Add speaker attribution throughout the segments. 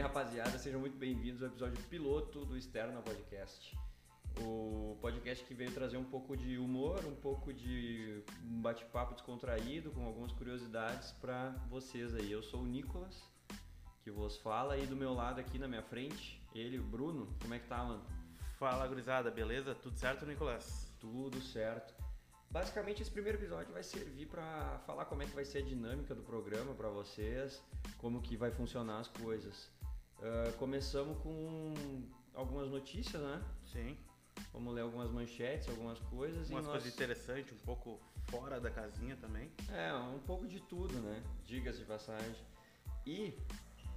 Speaker 1: rapaziada, sejam muito bem-vindos ao episódio piloto do Externa Podcast. O podcast que veio trazer um pouco de humor, um pouco de um bate-papo descontraído, com algumas curiosidades para vocês aí. Eu sou o Nicolas, que vos fala, e do meu lado aqui na minha frente, ele, o Bruno. Como é que tá, mano?
Speaker 2: Fala, gurizada, beleza? Tudo certo, Nicolas?
Speaker 1: Tudo certo. Basicamente, esse primeiro episódio vai servir para falar como é que vai ser a dinâmica do programa para vocês, como que vai funcionar as coisas. Ah, começamos com algumas notícias, né?
Speaker 2: Sim.
Speaker 1: Vamos ler algumas manchetes, algumas coisas.
Speaker 2: Umas
Speaker 1: e nós...
Speaker 2: coisas interessantes, um pouco fora da casinha também.
Speaker 1: É, um pouco de tudo, né? Digas de passagem. E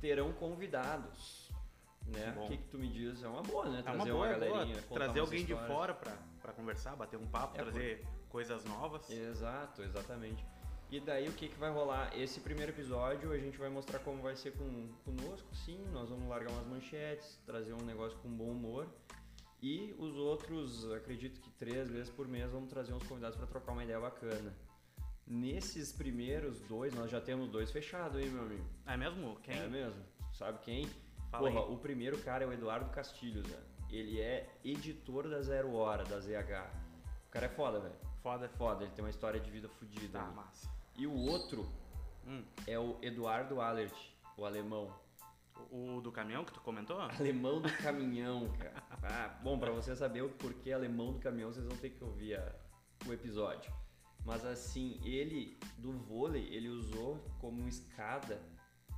Speaker 1: terão convidados, né?
Speaker 2: Bom.
Speaker 1: O que, que tu me diz? É uma boa, né?
Speaker 2: É uma boa, é boa
Speaker 1: contar
Speaker 2: trazer
Speaker 1: umas
Speaker 2: alguém de
Speaker 1: histórias.
Speaker 2: fora pra, pra conversar, bater um papo,
Speaker 1: É,
Speaker 2: trazer coisas novas.
Speaker 1: Exato, exatamente. E daí o que, que vai rolar? Esse primeiro episódio a gente vai mostrar como vai ser com, conosco, sim. Nós vamos largar umas manchetes, trazer um negócio com bom humor. E os outros, acredito que três vezes por mês, vamos trazer uns convidados para trocar uma ideia bacana. Nesses primeiros dois, nós já temos dois fechados, hein, meu amigo?
Speaker 2: É mesmo? Quem?
Speaker 1: É mesmo? Sabe quem?
Speaker 2: Fala
Speaker 1: Porra,
Speaker 2: aí.
Speaker 1: o primeiro cara é o Eduardo Castilhos, né? Ele é editor da Zero Hora, da ZH. O cara é foda, velho.
Speaker 2: Foda.
Speaker 1: É foda, ele tem uma história de vida fodida.
Speaker 2: Tá,
Speaker 1: ali.
Speaker 2: massa.
Speaker 1: E o outro
Speaker 2: Hum,
Speaker 1: é o Eduardo Allert, o alemão.
Speaker 2: o, o do caminhão que tu comentou?
Speaker 1: Alemão do caminhão, cara. Ah, bom, pra você saber o porquê alemão do caminhão, vocês vão ter que ouvir a- o episódio. Mas assim, ele do vôlei, ele usou como escada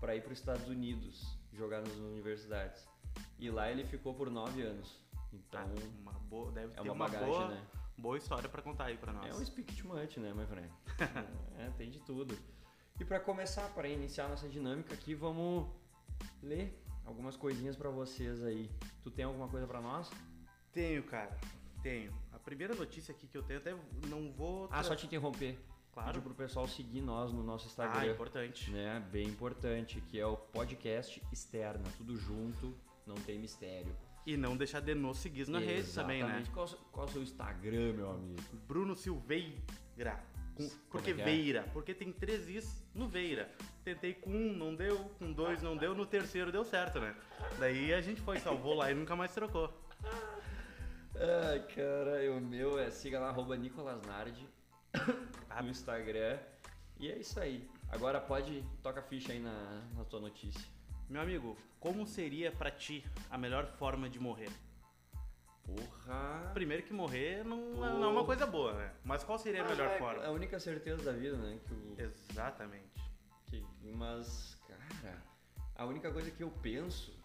Speaker 1: pra ir pros Estados Unidos jogar nas universidades. E lá ele ficou por nove anos.
Speaker 2: Tá,
Speaker 1: Então,
Speaker 2: uma boa, deve
Speaker 1: é
Speaker 2: ter
Speaker 1: uma
Speaker 2: uma,
Speaker 1: bagagem,
Speaker 2: boa,
Speaker 1: né?
Speaker 2: boa história pra contar aí pra nós.
Speaker 1: É um speak too much, né, my friend? é, tem de tudo. E para começar, para iniciar nossa dinâmica aqui, vamos ler algumas coisinhas para vocês aí. Tu tem alguma coisa para nós?
Speaker 2: Tenho, cara. Tenho. A primeira notícia aqui que eu tenho, até não vou...
Speaker 1: Ah, só te interromper.
Speaker 2: Claro.
Speaker 1: Pedir pro pessoal seguir nós no nosso Instagram.
Speaker 2: Ah, importante.
Speaker 1: Né, bem importante, que é o podcast externa, tudo junto, não tem mistério.
Speaker 2: E não deixar de nos seguir na rede também, né?
Speaker 1: Exatamente. Qual, o seu- qual o seu Instagram, meu amigo?
Speaker 2: Bruno Silveira. Com-
Speaker 1: Como
Speaker 2: porque
Speaker 1: é que é?
Speaker 2: Veira. Porque tem três Is no Veira. Tentei com um, não deu. Com dois, não deu. No terceiro deu certo, né? Daí a gente foi, salvou lá e nunca mais trocou.
Speaker 1: Ai, cara, o meu é siga lá, arroba Nicolas Nardi no Instagram. E é isso aí. Agora pode toca a ficha aí na, na tua notícia.
Speaker 2: Meu amigo, como seria pra ti a melhor forma de morrer?
Speaker 1: Porra!
Speaker 2: Primeiro que morrer não, não é uma coisa boa, né? Mas qual seria a melhor
Speaker 1: É a
Speaker 2: forma?
Speaker 1: única certeza da vida, né? Que o,
Speaker 2: Exatamente.
Speaker 1: que, mas, cara, a única coisa que eu penso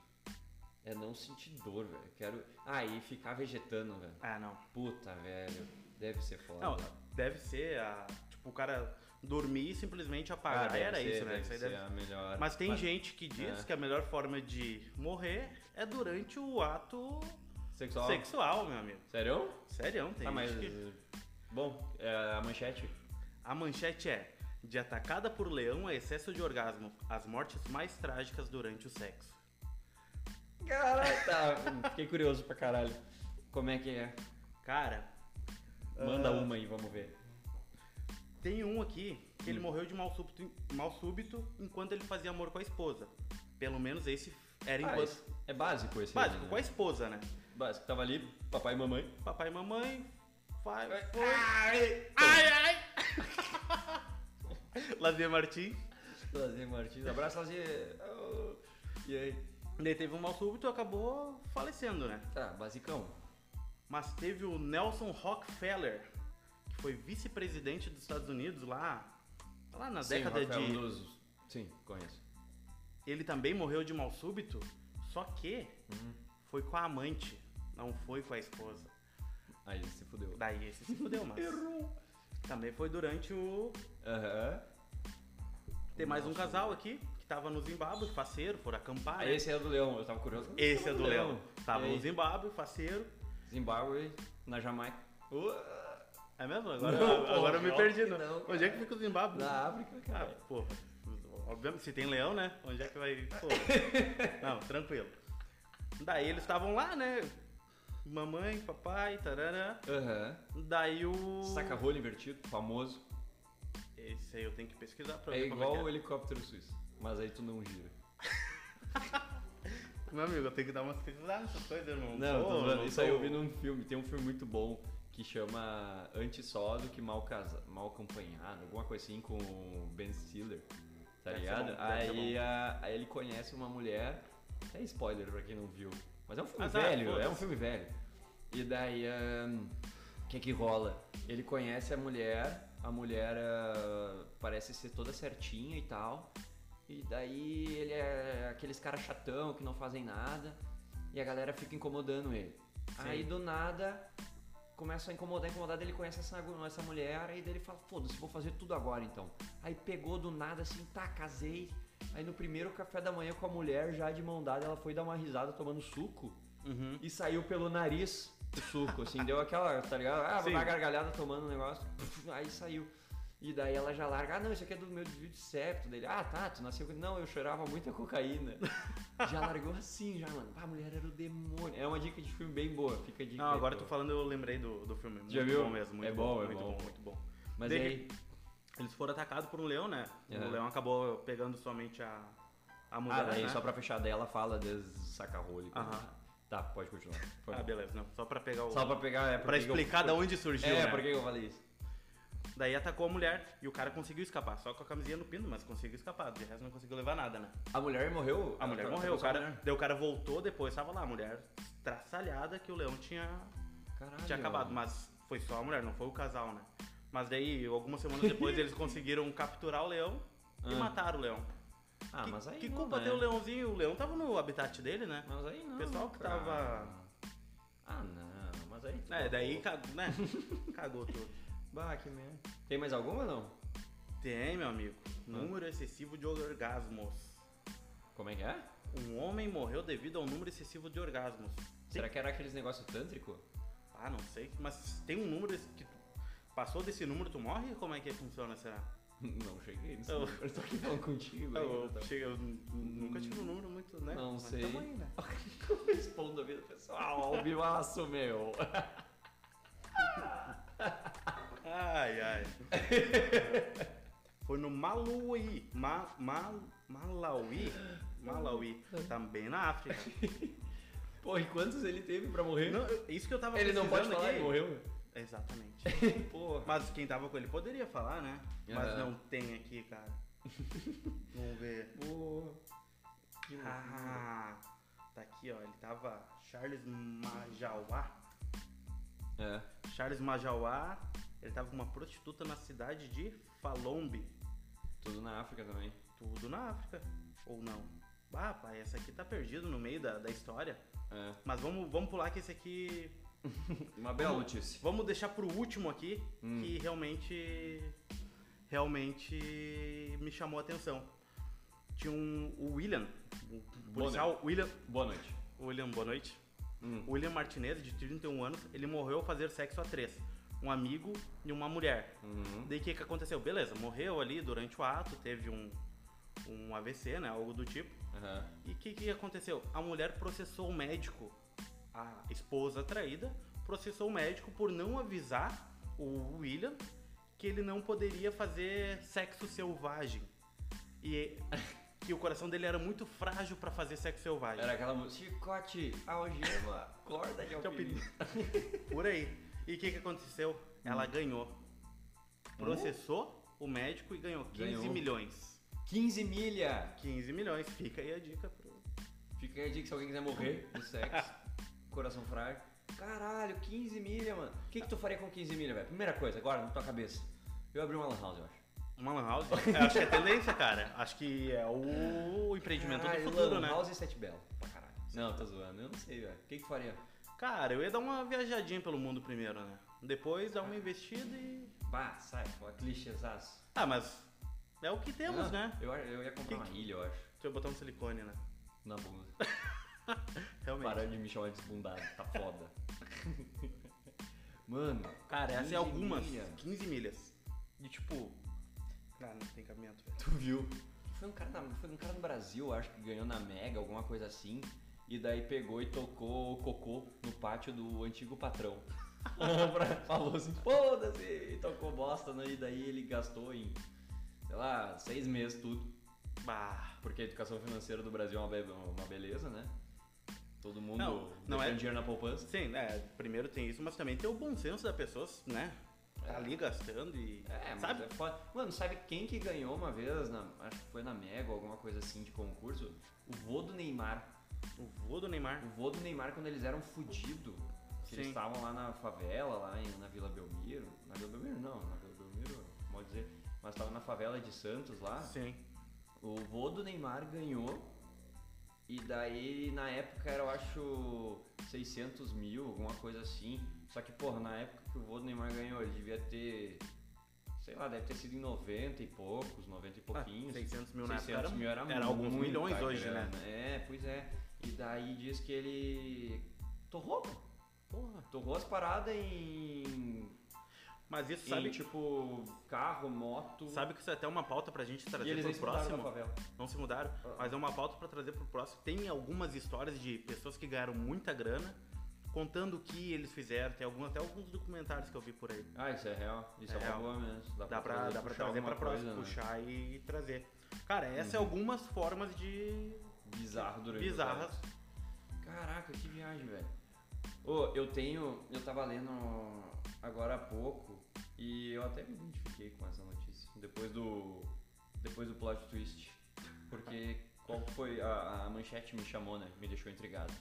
Speaker 1: é não sentir dor, velho. Quero. Ah, e ficar vegetando, velho.
Speaker 2: Ah, não.
Speaker 1: Puta, velho. Deve ser foda.
Speaker 2: Não, deve ser a. Tipo, o cara dormir e simplesmente
Speaker 1: Ah,
Speaker 2: apagar.
Speaker 1: deve
Speaker 2: Era
Speaker 1: ser,
Speaker 2: isso, né?
Speaker 1: deve
Speaker 2: Isso aí
Speaker 1: ser
Speaker 2: deve-
Speaker 1: a melhor.
Speaker 2: Mas tem gente que diz
Speaker 1: é.
Speaker 2: que a melhor forma de morrer é durante o ato
Speaker 1: Sexual?
Speaker 2: sexual, meu amigo.
Speaker 1: Sério?
Speaker 2: Sério, tem
Speaker 1: Tá,
Speaker 2: gente
Speaker 1: mas.
Speaker 2: que...
Speaker 1: Bom, é, a manchete.
Speaker 2: A manchete é de atacada por leão a excesso de orgasmo, as mortes mais trágicas durante o sexo.
Speaker 1: Caralho, tá. Fiquei curioso pra caralho. Como é que é?
Speaker 2: Cara,
Speaker 1: Manda
Speaker 2: Ah.
Speaker 1: uma aí, vamos ver.
Speaker 2: tem um aqui que
Speaker 1: Hum.
Speaker 2: ele morreu de mal súbito, mal súbito enquanto ele fazia amor com a esposa. Pelo menos esse era
Speaker 1: Ah,
Speaker 2: enquanto...
Speaker 1: esse- é básico esse.
Speaker 2: Básico,
Speaker 1: aí,
Speaker 2: com a
Speaker 1: né?
Speaker 2: esposa, né?
Speaker 1: Básico, tava ali, papai e mamãe.
Speaker 2: Papai e mamãe, vai,
Speaker 1: Ai,
Speaker 2: foi. Ai, ai, ai. Lazer Martins.
Speaker 1: Lazer Martins, abraço, Lazer. Oh. E aí?
Speaker 2: Daí teve um mal súbito e acabou falecendo, né?
Speaker 1: Tá, basicão.
Speaker 2: Mas teve o Nelson Rockefeller, que foi vice-presidente dos Estados Unidos lá, lá na década
Speaker 1: Rafael
Speaker 2: de.
Speaker 1: Mendoza. Sim, conheço.
Speaker 2: Ele também morreu de mal súbito, só que
Speaker 1: Hum.
Speaker 2: foi com a amante, não foi com a esposa.
Speaker 1: Aí ele se fudeu.
Speaker 2: Daí esse se fudeu, mas.
Speaker 1: Errou.
Speaker 2: Também foi durante o.
Speaker 1: Aham.
Speaker 2: Tem mais um
Speaker 1: Nossa.
Speaker 2: casal aqui que tava no Zimbábue, faceiro, foram acampar.
Speaker 1: Ah,
Speaker 2: né?
Speaker 1: esse é do Leão, eu tava curioso.
Speaker 2: Esse é do Leão. Tava
Speaker 1: E aí?
Speaker 2: no Zimbábue, faceiro.
Speaker 1: Zimbábue, na Jamaica.
Speaker 2: É mesmo? Agora,
Speaker 1: Não, pô,
Speaker 2: agora eu me
Speaker 1: pior
Speaker 2: perdi.
Speaker 1: que
Speaker 2: Não.
Speaker 1: não, cara.
Speaker 2: Onde é que fica o Zimbábue?
Speaker 1: Na África,
Speaker 2: Ah,
Speaker 1: cara.
Speaker 2: pô, obviamente, se tem leão, né? Onde é que vai. Pô. Não, tranquilo. Daí eles estavam lá, né? Mamãe, papai, tarará.
Speaker 1: Aham.
Speaker 2: Daí o.
Speaker 1: Saca-rolho invertido, famoso.
Speaker 2: Esse aí eu tenho que pesquisar pra
Speaker 1: É
Speaker 2: ver como
Speaker 1: igual
Speaker 2: é
Speaker 1: o
Speaker 2: que é.
Speaker 1: né? helicóptero suíço, mas aí tu não gira.
Speaker 2: Meu amigo, eu tenho que dar umas pesquisadas nessas coisas, eu não.
Speaker 1: Não,
Speaker 2: sou-
Speaker 1: tô zoando. isso aí
Speaker 2: sou-
Speaker 1: eu vi num filme. Tem um filme muito bom que chama Antes Só do que Mal, casa, mal Acompanhado, alguma coisa assim com o Ben Stiller. Tá
Speaker 2: Deve ser
Speaker 1: ligado?
Speaker 2: bom, deve ser
Speaker 1: aí, a- aí ele conhece uma mulher. É spoiler pra quem não viu. Mas é um filme
Speaker 2: Ah, tá,
Speaker 1: velho, é um
Speaker 2: foda-se.
Speaker 1: filme velho. E daí, ahn, o que que rola? Ele conhece a mulher, a mulher ah, parece ser toda certinha e tal. E daí ele é aqueles caras chatão que não fazem nada. E a galera fica incomodando ele.
Speaker 2: Sim.
Speaker 1: Aí do nada começa a incomodar, incomodar, daí ele conhece essa, essa mulher, aí daí ele fala, foda-se, vou fazer tudo agora então. Aí pegou do nada assim, tá, casei. Aí no primeiro café da manhã com a mulher, já de mão dada, ela foi dar uma risada tomando suco
Speaker 2: Uhum.
Speaker 1: e saiu pelo nariz o suco, assim, deu aquela, tá ligado? Ah, vou
Speaker 2: Sim.
Speaker 1: dar uma gargalhada tomando um negócio, puf, aí saiu. E daí ela já larga, ah não, isso aqui é do meu desvio de septo dele. Ah, tá, tu nasceu com. Não, eu chorava muita cocaína. já largou assim, já, mano. Ah, a mulher era o demônio. É uma dica de filme bem boa, fica a dica.
Speaker 2: Não,
Speaker 1: aí,
Speaker 2: agora
Speaker 1: pô.
Speaker 2: tu falando, eu lembrei do, do filme. Muito
Speaker 1: Já viu?
Speaker 2: bom mesmo. Muito
Speaker 1: É bom, é
Speaker 2: muito
Speaker 1: bom.
Speaker 2: bom, muito bom.
Speaker 1: Mas aí,
Speaker 2: Dele- Eles foram atacados por um leão, né?
Speaker 1: Aham.
Speaker 2: O leão acabou pegando somente a, a mulher,
Speaker 1: É. ah, daí
Speaker 2: né?
Speaker 1: só pra fechar dela, fala dos saca-rolho.
Speaker 2: Aham.
Speaker 1: Tá, pode continuar. Foi
Speaker 2: Ah,
Speaker 1: mal.
Speaker 2: beleza, não. Só pra pegar o...
Speaker 1: Só pra pegar, é
Speaker 2: pra
Speaker 1: porque que eu-
Speaker 2: explicar da onde surgiu,
Speaker 1: É,
Speaker 2: né?
Speaker 1: por que eu falei isso?
Speaker 2: Daí atacou a mulher e o cara conseguiu escapar. Só com a camisinha no pino, mas conseguiu escapar. De resto, não conseguiu levar nada, né?
Speaker 1: A mulher morreu?
Speaker 2: A mulher
Speaker 1: Ela- tá
Speaker 2: morreu. O
Speaker 1: essa
Speaker 2: cara,
Speaker 1: mulher?
Speaker 2: daí o cara voltou depois, tava lá a mulher traçalhada que o leão tinha
Speaker 1: Caralho.
Speaker 2: tinha acabado, mas foi só a mulher, não foi o casal, né? Mas daí, algumas semanas depois, eles conseguiram capturar o leão e
Speaker 1: Ah.
Speaker 2: mataram o leão.
Speaker 1: Ah,
Speaker 2: que,
Speaker 1: mas aí.
Speaker 2: que
Speaker 1: não,
Speaker 2: culpa
Speaker 1: né?
Speaker 2: tem o leãozinho? O leão tava no habitat dele, né?
Speaker 1: Mas aí não.
Speaker 2: O pessoal que
Speaker 1: cara.
Speaker 2: tava-
Speaker 1: Ah, não, mas aí. tu
Speaker 2: É, daí
Speaker 1: acabou.
Speaker 2: cagou, né? cagou tudo.
Speaker 1: Bah, que merda. Tem mais alguma ou não?
Speaker 2: Tem, meu amigo. Número excessivo de orgasmos.
Speaker 1: Como é que é?
Speaker 2: Um homem morreu devido ao número excessivo de orgasmos.
Speaker 1: Será que era aqueles negócios tântrico?
Speaker 2: Ah, não sei. Mas tem um número esse- que tu- passou desse número, tu morre? Como é que funciona, será?
Speaker 1: Não cheguei nisso.
Speaker 2: Eu-
Speaker 1: Eu tô aqui falando contigo.
Speaker 2: Eu,
Speaker 1: ainda, tá?
Speaker 2: chega- eu n- nunca tive um número muito, né?
Speaker 1: Não
Speaker 2: Mas
Speaker 1: sei.
Speaker 2: tamo aí, né?
Speaker 1: Respondo a vida pessoal, ao vivaço, meu.
Speaker 2: Ai, ai. Foi no Malawi. Ma, Ma- Malawi? Malawi. Também na África.
Speaker 1: Pô, e quantos ele teve pra morrer?
Speaker 2: Não, eu- isso que eu tava
Speaker 1: ele não pode
Speaker 2: pesquisando
Speaker 1: falar,
Speaker 2: aqui.
Speaker 1: ele morreu.
Speaker 2: Exatamente.
Speaker 1: Porra.
Speaker 2: Mas quem tava com ele poderia falar, né? Mas
Speaker 1: Aham.
Speaker 2: não tem aqui, cara. Vamos ver.
Speaker 1: Porra. Que loucura.
Speaker 2: Ah, tá aqui, ó. Ele tava Charles Majauá.
Speaker 1: É.
Speaker 2: Charles Majauá, ele tava com uma prostituta na cidade de Falombe.
Speaker 1: Tudo na África também.
Speaker 2: Tudo na África. Ou não? Ah, pai, essa aqui tá perdido no meio da, da história.
Speaker 1: É.
Speaker 2: Mas vamos, vamos pular que esse aqui.
Speaker 1: Uma bela notícia.
Speaker 2: Vamos deixar pro último aqui,
Speaker 1: Hum.
Speaker 2: que realmente. Realmente me chamou a atenção. Tinha um. O William. O policial William.
Speaker 1: Boa noite.
Speaker 2: William, boa noite.
Speaker 1: Hum.
Speaker 2: William Martinez, de 31 anos, ele morreu ao fazer sexo a três. Um amigo e uma mulher.
Speaker 1: Uhum.
Speaker 2: Daí o que, que aconteceu? Beleza, morreu ali durante o ato, teve um, um AVC, né? Algo do tipo.
Speaker 1: Aham.
Speaker 2: E o que, que aconteceu? A mulher processou o médico, a esposa traída, processou o médico por não avisar o William que ele não poderia fazer sexo selvagem. E que o coração dele era muito frágil pra fazer sexo selvagem.
Speaker 1: Era aquela música. Chicote, algema, corda
Speaker 2: é
Speaker 1: de alpinista.
Speaker 2: Por aí. E o que, que aconteceu? Ela ganhou. Processou o médico e Hum? ganhou 15
Speaker 1: Ganhou.
Speaker 2: milhões.
Speaker 1: 15 milha.
Speaker 2: 15 milhões, fica aí a dica pro.
Speaker 1: Fica aí a dica se alguém quiser morrer do sexo. Coração frágil. Caralho, 15 milha, mano. O que, que tu faria com 15 milha, velho? Primeira coisa, agora, na tua cabeça. Eu abri uma lan house, eu acho.
Speaker 2: Uma lan house? Eu acho que é tendência, cara. Acho que é o empreendimento
Speaker 1: Caralho,
Speaker 2: do futuro,
Speaker 1: lan
Speaker 2: né?
Speaker 1: house e sete belo. Pra caralho. Não, tô zoando. Eu não sei, velho. O que que tu faria?
Speaker 2: Cara, eu ia dar uma viajadinha pelo mundo primeiro, né? Depois dar uma investida e.
Speaker 1: Bah, sai, ó, clichêsaço.
Speaker 2: Ah, mas é o que temos,
Speaker 1: Ah,
Speaker 2: né?
Speaker 1: Eu, eu ia comprar uma ilha, eu acho.
Speaker 2: Deixa eu botar um silicone, né?
Speaker 1: Na bunda.
Speaker 2: Realmente.
Speaker 1: Parando de me chamar de desbundado, tá foda. Mano,
Speaker 2: Cara, essa
Speaker 1: 15
Speaker 2: é algumas.
Speaker 1: milha.
Speaker 2: 15 milhas. E tipo. Cara, não tem cabimento, velho.
Speaker 1: Tu viu? Foi um, cara na- foi um cara no Brasil, acho que ganhou na Mega, alguma coisa assim. E daí pegou e tocou cocô no pátio do antigo patrão. Pra- Falou assim, foda-se! E tocou bosta, né? E daí ele gastou em, sei lá, seis meses tudo.
Speaker 2: Bah.
Speaker 1: Porque a educação financeira do Brasil é uma, be- uma beleza, né? Todo mundo
Speaker 2: Não, não
Speaker 1: deixando
Speaker 2: é-
Speaker 1: dinheiro na poupança.
Speaker 2: Sim, é, primeiro tem isso, mas também tem o bom senso das pessoas, né? Tá ali gastando e.
Speaker 1: É, mas
Speaker 2: sabe?
Speaker 1: é foda. Mano, sabe quem que ganhou uma vez, na- acho que foi na Mega ou alguma coisa assim de concurso? O vô do Neymar.
Speaker 2: O voo do Neymar.
Speaker 1: O vô do Neymar, quando eles eram fudidos, que eles
Speaker 2: Sim.
Speaker 1: estavam lá na favela, lá em- na Vila Belmiro. Na Vila Belmiro não, na Vila Belmiro, pode dizer. Mas estavam na favela de Santos lá.
Speaker 2: Sim.
Speaker 1: O vô do Neymar ganhou. E daí, na época, era, eu acho, 600 mil, alguma coisa assim. Só que, porra, na época que o vô do Neymar ganhou, ele devia ter. Sei lá, deve ter sido em 90 e poucos, 90 e
Speaker 2: Ah,
Speaker 1: pouquinhos.
Speaker 2: 600 mil na época
Speaker 1: 600
Speaker 2: era,
Speaker 1: mil era,
Speaker 2: era alguns
Speaker 1: muita
Speaker 2: milhões hoje, né?
Speaker 1: grana. É, pois é. E daí diz que ele. Torrou? né?
Speaker 2: Porra.
Speaker 1: Torrou as paradas em.
Speaker 2: Mas isso
Speaker 1: em
Speaker 2: sabe,
Speaker 1: tipo, carro, moto.
Speaker 2: sabe que isso é até uma pauta pra gente
Speaker 1: tipo, e
Speaker 2: trazer
Speaker 1: eles nem
Speaker 2: pro
Speaker 1: se mudaram da
Speaker 2: próximo?
Speaker 1: favela.
Speaker 2: Não se mudaram,
Speaker 1: Ah.
Speaker 2: mas é uma pauta pra trazer pro próximo. Tem algumas histórias de pessoas que ganharam muita grana, contando o que eles fizeram. Tem algum, até alguns documentários que eu vi por aí.
Speaker 1: Ah, isso é real. Isso é,
Speaker 2: É
Speaker 1: uma
Speaker 2: real.
Speaker 1: boa mesmo. Dá,
Speaker 2: Dá pra, dá pra
Speaker 1: puxar
Speaker 2: trazer pra
Speaker 1: alguma
Speaker 2: próxima,
Speaker 1: coisa, né? Uhum.
Speaker 2: puxar e trazer. Cara, essas são algumas formas de.
Speaker 1: Bizarro durante
Speaker 2: Bizarras.
Speaker 1: o processo. Caraca, que viagem, velho. Ô, eu tenho. Eu tava lendo agora há pouco e eu até me identifiquei com essa notícia. Depois do. Depois do plot twist. Porque qual foi. A, a manchete me chamou, né? Me deixou intrigado.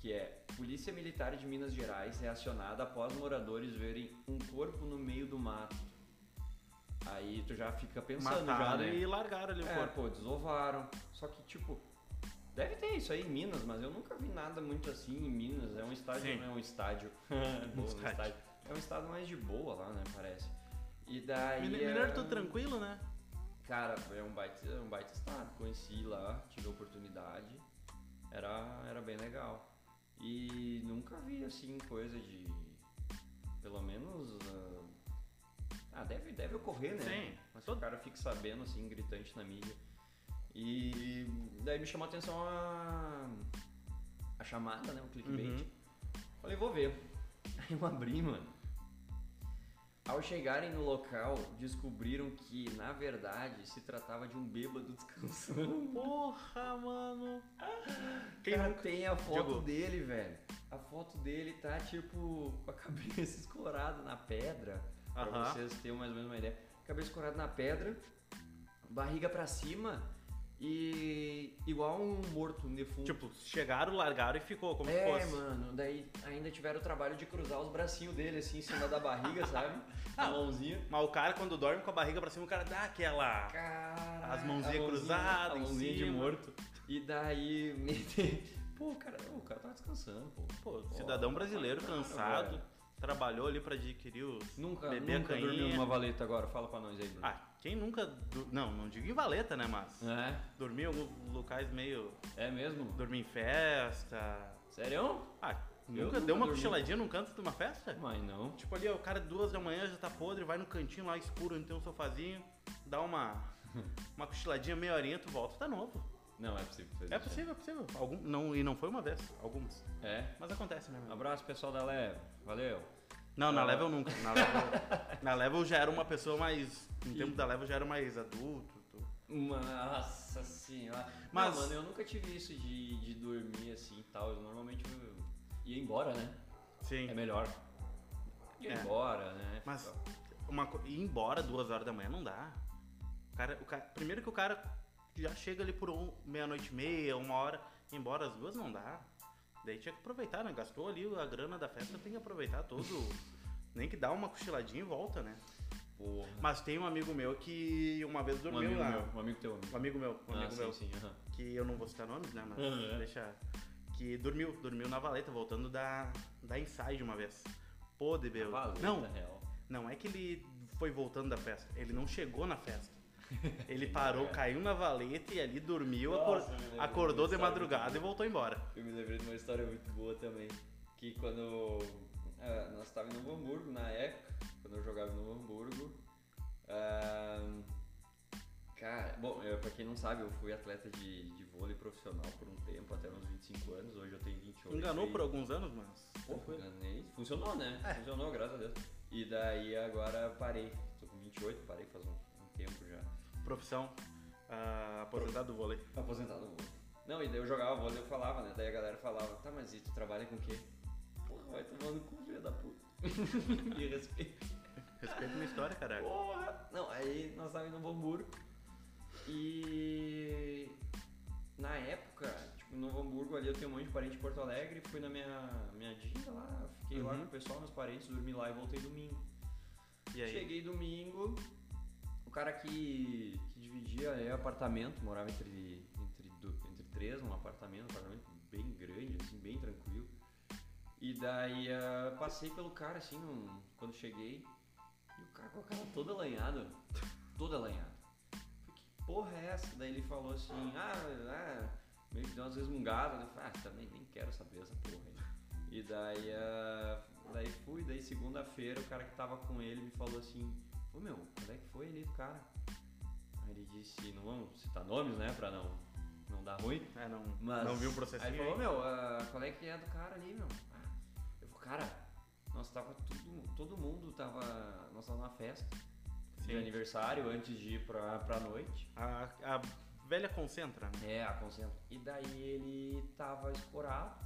Speaker 1: Que é Polícia Militar de Minas Gerais é acionada após moradores verem um corpo no meio do mato. Aí tu já fica pensando já,
Speaker 2: mataram
Speaker 1: né?
Speaker 2: e largaram ali o
Speaker 1: É,
Speaker 2: corpo.
Speaker 1: pô, desovaram. Só que, tipo, deve ter isso aí em Minas, mas eu nunca vi nada muito assim em Minas. É um estádio,
Speaker 2: Sim.
Speaker 1: não é um estádio. Boa, um
Speaker 2: estádio.
Speaker 1: estádio. É um estado mais de boa lá, né, parece. E daí...
Speaker 2: Mine-
Speaker 1: é-
Speaker 2: Mineiro, tudo tranquilo, né?
Speaker 1: Cara, é um baita, é um baita estado. Conheci lá, tive a oportunidade. Era, era bem legal. E nunca vi, assim, coisa de... Pelo menos... ah, Ah, deve, deve ocorrer, né?
Speaker 2: Sim.
Speaker 1: Mas que o cara fica sabendo, assim, gritante na mídia. E daí me chamou a atenção a, a chamada, né? O clickbait.
Speaker 2: Uhum.
Speaker 1: Falei, vou ver. Aí eu abri, mano. Ao chegarem no local, descobriram que, na verdade, se tratava de um bêbado descansando.
Speaker 2: Porra, mano. Quem
Speaker 1: cara,
Speaker 2: nunca-
Speaker 1: tem a foto
Speaker 2: Diego.
Speaker 1: dele, velho. A foto dele tá, tipo, com a cabeça escorada na pedra. Pra
Speaker 2: Aham.
Speaker 1: vocês terem mais ou menos uma ideia. Cabeça escorada na pedra, barriga pra cima e igual um morto, um defunto.
Speaker 2: Tipo, chegaram, largaram e ficou como se
Speaker 1: é,
Speaker 2: fosse.
Speaker 1: mano, daí ainda tiveram o trabalho de cruzar os bracinhos dele assim em cima da barriga, sabe? A
Speaker 2: Ah,
Speaker 1: mãozinha.
Speaker 2: Mas o cara, quando dorme com a barriga pra cima, o cara dá aquela.
Speaker 1: Caraca,
Speaker 2: As
Speaker 1: a
Speaker 2: mãozinhas
Speaker 1: mãozinha-
Speaker 2: cruzadas,
Speaker 1: a
Speaker 2: em
Speaker 1: mãozinha de
Speaker 2: cima.
Speaker 1: morto. E daí, pô, cara, o cara tava descansando, pô.
Speaker 2: Pô,
Speaker 1: Pô,
Speaker 2: cidadão brasileiro
Speaker 1: claro,
Speaker 2: cansado,
Speaker 1: velho.
Speaker 2: trabalhou ali pra adquirir os.
Speaker 1: Nunca,
Speaker 2: Beber a
Speaker 1: nunca dormiu
Speaker 2: caninha.
Speaker 1: numa valeta agora, fala pra nós aí, Bruno.
Speaker 2: Ah, quem nunca. du- Não, não digo em valeta, né, mas. Dormir em alguns locais meio.
Speaker 1: É, é mesmo?
Speaker 2: Dormir em festa.
Speaker 1: Sério?
Speaker 2: Ah, nunca,
Speaker 1: nunca
Speaker 2: deu uma
Speaker 1: dormi.
Speaker 2: cochiladinha num canto de uma festa?
Speaker 1: Mas não.
Speaker 2: Tipo ali, ó, o cara duas da manhã já tá podre, vai no cantinho lá escuro, onde tem um sofazinho, dá uma. Uma cochiladinha meia horinha, tu volta, tá novo.
Speaker 1: Não, é possível. fazer
Speaker 2: É
Speaker 1: isso.
Speaker 2: possível, é possível. Algum, não, e não foi uma vez, algumas.
Speaker 1: É.
Speaker 2: Mas acontece, né? meu?
Speaker 1: Abraço, pessoal da Leve. Valeu.
Speaker 2: Não, na
Speaker 1: Ah.
Speaker 2: level nunca. Na level, na level já era uma pessoa mais. No
Speaker 1: E-
Speaker 2: tempo da level já era mais adulto. tu-
Speaker 1: Nossa senhora. Mas,
Speaker 2: Mas-
Speaker 1: mano, eu nunca tive isso de, de dormir assim e tal. Eu normalmente eu ia embora, né?
Speaker 2: Sim.
Speaker 1: É melhor. Ia
Speaker 2: É.
Speaker 1: embora, né?
Speaker 2: Mas uma co- ir embora duas horas da manhã não dá. O cara, o cara- primeiro que o cara já chega ali por um- meia-noite e meia, uma hora, ir embora às duas não dá. Daí tinha que aproveitar, né? Gastou ali a grana da festa, tem que aproveitar todo. Nem que dá uma cochiladinha e volta, né?
Speaker 1: Porra.
Speaker 2: Mas tem um amigo meu que uma vez
Speaker 1: Um
Speaker 2: dormiu
Speaker 1: amigo
Speaker 2: lá.
Speaker 1: meu, um amigo teu.
Speaker 2: Um amigo meu, um
Speaker 1: ah,
Speaker 2: amigo
Speaker 1: sim,
Speaker 2: meu.
Speaker 1: sim, aham.
Speaker 2: que eu não vou citar nomes, né? Mas
Speaker 1: Uhum.
Speaker 2: deixa. Que dormiu, dormiu na valeta, voltando da, da Inside uma vez. Pô, bebeu.
Speaker 1: Valeta,
Speaker 2: Não,
Speaker 1: tá real.
Speaker 2: não é que ele foi voltando da festa. Ele não chegou na festa. Ele parou, caiu na valeta e ali dormiu, acor-
Speaker 1: É. Nossa, né, me lembro
Speaker 2: acordou
Speaker 1: disso, sabe?
Speaker 2: de madrugada e voltou embora.
Speaker 1: Eu me lembrei de uma história muito boa também. Que quando ah, nós estávamos em Novo Hamburgo, na época, quando eu jogava em Novo Hamburgo. ah, cara, bom, eu, pra quem não sabe, eu fui atleta de, de vôlei profissional por um tempo, até uns 25 anos. Hoje eu tenho 28.
Speaker 2: Enganou
Speaker 1: e-
Speaker 2: por alguns anos, mas.
Speaker 1: Pô, enganei. Funcionou, né?
Speaker 2: É.
Speaker 1: Funcionou, graças a Deus. E daí agora parei. Tô com 28, parei faz um, um tempo já.
Speaker 2: Profissão. ah, aposentado do vôlei.
Speaker 1: Aposentado no vôlei. Não, e daí eu jogava vôlei, eu falava, né? Daí a galera falava, tá, mas e tu trabalha com o quê? Porra, vai tomando cu, filha da puta. e respeito.
Speaker 2: Respeita minha história, caralho.
Speaker 1: Porra! Não, aí nós tava indo no Hamburgo. E na época, tipo, em Novo Hamburgo ali eu tenho um monte de parente em Porto Alegre, fui na minha, minha dica lá, fiquei lá
Speaker 2: Uhum.
Speaker 1: com o pessoal, meus parentes, dormi lá e voltei domingo.
Speaker 2: E aí?
Speaker 1: Cheguei domingo, o cara que, que dividia aí, apartamento, morava entre, entre, do- entre três num apartamento, um apartamento bem grande, assim, bem tranquilo. E daí ah, passei pelo cara, assim, num- quando cheguei, e o cara com a cara toda lanhada, toda lanhada. Falei, que porra é essa? Daí ele falou assim, ah, ah meio que deu umas resmungadas, né? Eu falei, ah, também nem quero saber essa porra aí. E daí, ah, daí fui, daí segunda-feira o cara que tava com ele me falou assim, ô meu, qual é que foi ali do cara? Aí ele disse, não vamos citar nomes, né, pra não, não dar ruim.
Speaker 2: É, não,
Speaker 1: Mas
Speaker 2: não viu o processo.
Speaker 1: Aí ele falou, meu, ah, qual é que é do cara ali, meu? Ah, eu falei, cara, nós tava tudo, todo mundo tava, nós tava numa festa de
Speaker 2: Sim.
Speaker 1: aniversário antes de ir pra, pra noite.
Speaker 2: A, a velha concentra, né?
Speaker 1: É, a concentra. E daí ele tava escorado,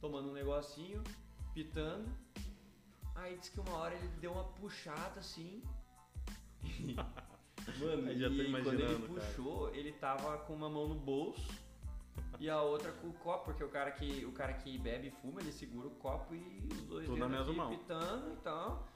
Speaker 1: tomando um negocinho, pitando. Aí disse que uma hora ele deu uma puxada assim. Mano, e
Speaker 2: Aí já tô
Speaker 1: quando ele
Speaker 2: imaginando, cara.
Speaker 1: puxou, ele tava com uma mão no bolso e a outra com o copo, porque o cara que, o cara que bebe e fuma, ele segura o copo e os dois
Speaker 2: Tudo na
Speaker 1: dedos
Speaker 2: mesma
Speaker 1: aqui
Speaker 2: mão.
Speaker 1: pitando e tal.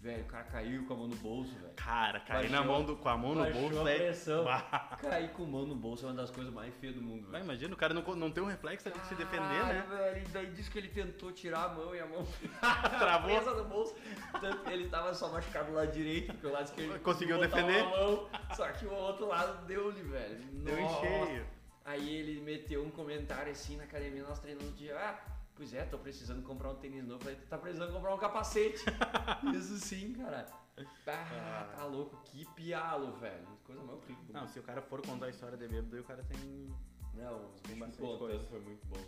Speaker 1: Velho, o cara caiu com a mão no bolso, velho.
Speaker 2: Cara, cair
Speaker 1: Baixou-
Speaker 2: na mão do, com a mão no
Speaker 1: Baixou
Speaker 2: bolso
Speaker 1: a
Speaker 2: é.
Speaker 1: pressão.
Speaker 2: Bah.
Speaker 1: Cair com a mão no bolso é uma das coisas mais feias do mundo, velho.
Speaker 2: Vai, imagina, o cara não, co- não tem um reflexo ali de se defender,
Speaker 1: Caralho,
Speaker 2: né?
Speaker 1: velho, e daí diz que ele tentou tirar a mão e a mão
Speaker 2: Travou.
Speaker 1: presa no bolso. Tanto que ele tava só machucado do lado direito, porque o lado esquerdo ele
Speaker 2: Conseguiu
Speaker 1: conseguiu botar
Speaker 2: defender.
Speaker 1: uma mão, só que o outro lado deu-lhe, velho.
Speaker 2: Deu em
Speaker 1: Nossa.
Speaker 2: cheio.
Speaker 1: Aí ele meteu um comentário assim na academia, nós treinando de. Ah, pois é, tô precisando comprar um tênis novo. Eu Falei, tu tá precisando comprar um capacete. Isso sim, cara. Ah,
Speaker 2: Ah.
Speaker 1: tá louco, que pialo, velho. Coisa mais horrível.
Speaker 2: Não, se o cara for contar a história de bêbado, aí o cara tem.
Speaker 1: Não, os bichos
Speaker 2: bastante
Speaker 1: contando
Speaker 2: coisa.
Speaker 1: foi muito bom.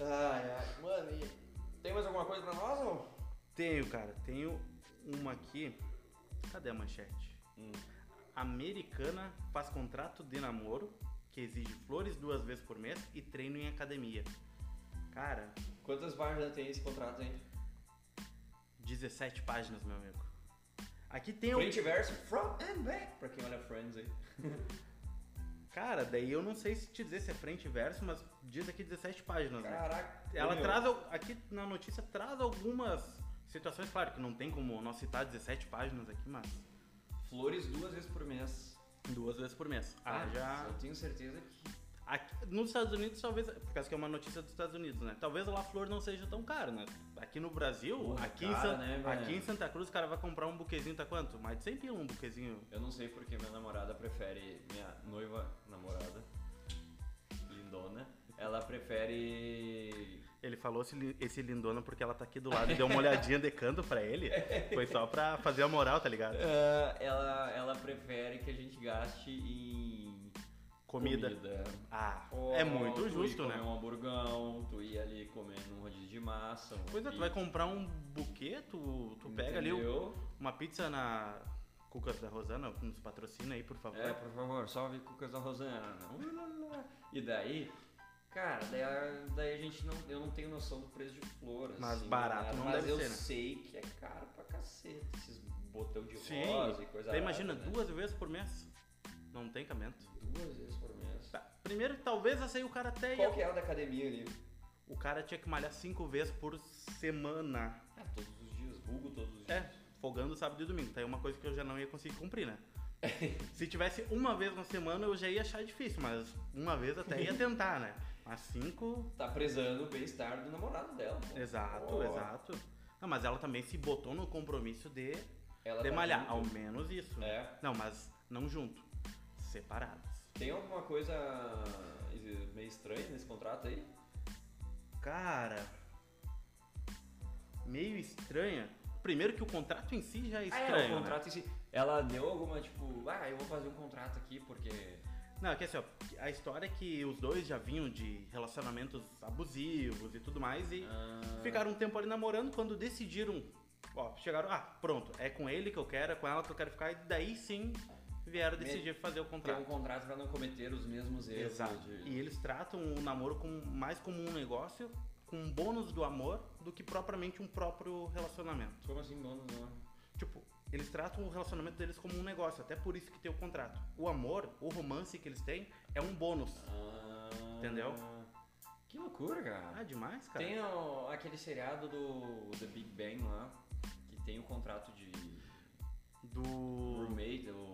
Speaker 1: Ai, ai. Mano, e tem mais alguma coisa pra nós ou?
Speaker 2: Tenho, cara. Tenho uma aqui. Cadê a manchete? Hum. Americana faz contrato de namoro que exige flores duas vezes por mês e treino em academia. Cara,
Speaker 1: Quantas páginas tem esse contrato aí?
Speaker 2: 17 páginas, meu amigo. Aqui tem um- o.
Speaker 1: Frente e verso, front and back, pra quem olha Friends aí.
Speaker 2: Cara, daí eu não sei se te dizer se é frente e verso, mas diz aqui 17 páginas, né?
Speaker 1: Caraca.
Speaker 2: Ela
Speaker 1: meu.
Speaker 2: traz, al- aqui na notícia, traz algumas situações, claro que não tem como nós citar 17 páginas aqui, mas
Speaker 1: Flores duas vezes por mês.
Speaker 2: duas vezes por mês. Ah,
Speaker 1: mas
Speaker 2: já.
Speaker 1: Eu tenho certeza que.
Speaker 2: Aqui, nos Estados Unidos, talvez, por causa que é uma notícia dos Estados Unidos, né? Talvez lá a flor não seja tão cara, né? Aqui no Brasil,
Speaker 1: Porra,
Speaker 2: aqui, em
Speaker 1: cara,
Speaker 2: San-
Speaker 1: né, velho?
Speaker 2: aqui em Santa Cruz, o cara vai comprar um buquezinho, tá quanto? Mais de 100 pila um buquezinho.
Speaker 1: Eu não sei porque minha namorada prefere. Minha noiva namorada. Lindona. Ela prefere.
Speaker 2: Ele falou esse, li- esse lindona porque ela tá aqui do lado e deu uma olhadinha de canto pra ele. Foi só pra fazer a moral, tá ligado?
Speaker 1: Ah, ela, ela prefere que a gente gaste em
Speaker 2: Comida. Ah, é muito
Speaker 1: tu ir
Speaker 2: justo,
Speaker 1: comer
Speaker 2: né?
Speaker 1: um hamburgão, tu ir ali comendo um rodízio de massa. Um
Speaker 2: Pois é, tu vai comprar um buquê, tu, tu pega ali o- uma pizza na Cucas da Rosana, nos patrocina aí, por favor.
Speaker 1: É, por favor, salve Cucas da Rosana. Ulalá. é. E daí, cara, daí, a- daí a gente não. Eu não tenho noção do preço de flor.
Speaker 2: Mas
Speaker 1: assim,
Speaker 2: barato
Speaker 1: nada,
Speaker 2: não
Speaker 1: Mas
Speaker 2: deve
Speaker 1: eu
Speaker 2: ser, né?
Speaker 1: sei que é caro pra caceta. Esses botão de
Speaker 2: Sim.
Speaker 1: rosa e coisa
Speaker 2: Daí imagina,
Speaker 1: arada, né?
Speaker 2: duas vezes por mês. Não tem cabimento.
Speaker 1: duas vezes por mês.
Speaker 2: Tá, Primeiro, talvez essa aí o cara até ia...
Speaker 1: Qual que é a da academia ali?
Speaker 2: O cara tinha que malhar cinco vezes por semana.
Speaker 1: Ah, todos os dias, vulgo todos os dias.
Speaker 2: É, folgando sábado e domingo. Tá aí uma coisa que eu já não ia conseguir cumprir, né?
Speaker 1: É.
Speaker 2: Se tivesse uma vez na semana, eu já ia achar difícil, mas uma vez até ia tentar, né? Mas cinco.
Speaker 1: Tá prezando o bem-estar do namorado dela. pô.
Speaker 2: Exato,
Speaker 1: Ó,
Speaker 2: exato. Não, mas ela também se botou no compromisso de,
Speaker 1: Ela
Speaker 2: de
Speaker 1: tá
Speaker 2: malhar.
Speaker 1: junto.
Speaker 2: Ao menos isso. né?
Speaker 1: É.
Speaker 2: Não, mas não junto. Separados.
Speaker 1: Tem alguma coisa meio estranha nesse contrato aí?
Speaker 2: Cara. Meio estranha. Primeiro que o contrato em si já é estranho.
Speaker 1: Ah, o
Speaker 2: né?
Speaker 1: contrato em si. Ela deu alguma, tipo, ah, eu vou fazer um contrato aqui porque.
Speaker 2: Não, é que assim, ó, a história é que os dois já vinham de relacionamentos abusivos e tudo mais e
Speaker 1: Ah,
Speaker 2: ficaram um tempo ali namorando quando decidiram, ó, chegaram, ah, pronto, é com ele que eu quero, é com ela que eu quero ficar e daí sim vieram decidir fazer o
Speaker 1: Tem
Speaker 2: contrato.
Speaker 1: um contrato pra não cometer os mesmos erros.
Speaker 2: Exato.
Speaker 1: de-
Speaker 2: E eles tratam o namoro como, mais como um negócio, com um bônus do amor, do que propriamente um próprio relacionamento.
Speaker 1: Como assim, dono do nome?
Speaker 2: Tipo, eles tratam o relacionamento deles como um negócio, até por isso que tem o contrato. O amor, o romance que eles têm, é um bônus.
Speaker 1: Ah,
Speaker 2: Entendeu?
Speaker 1: Que loucura, cara.
Speaker 2: Ah, demais, cara.
Speaker 1: Tem o- aquele seriado do The Big Bang lá, que tem o contrato de
Speaker 2: Do.
Speaker 1: roommate, o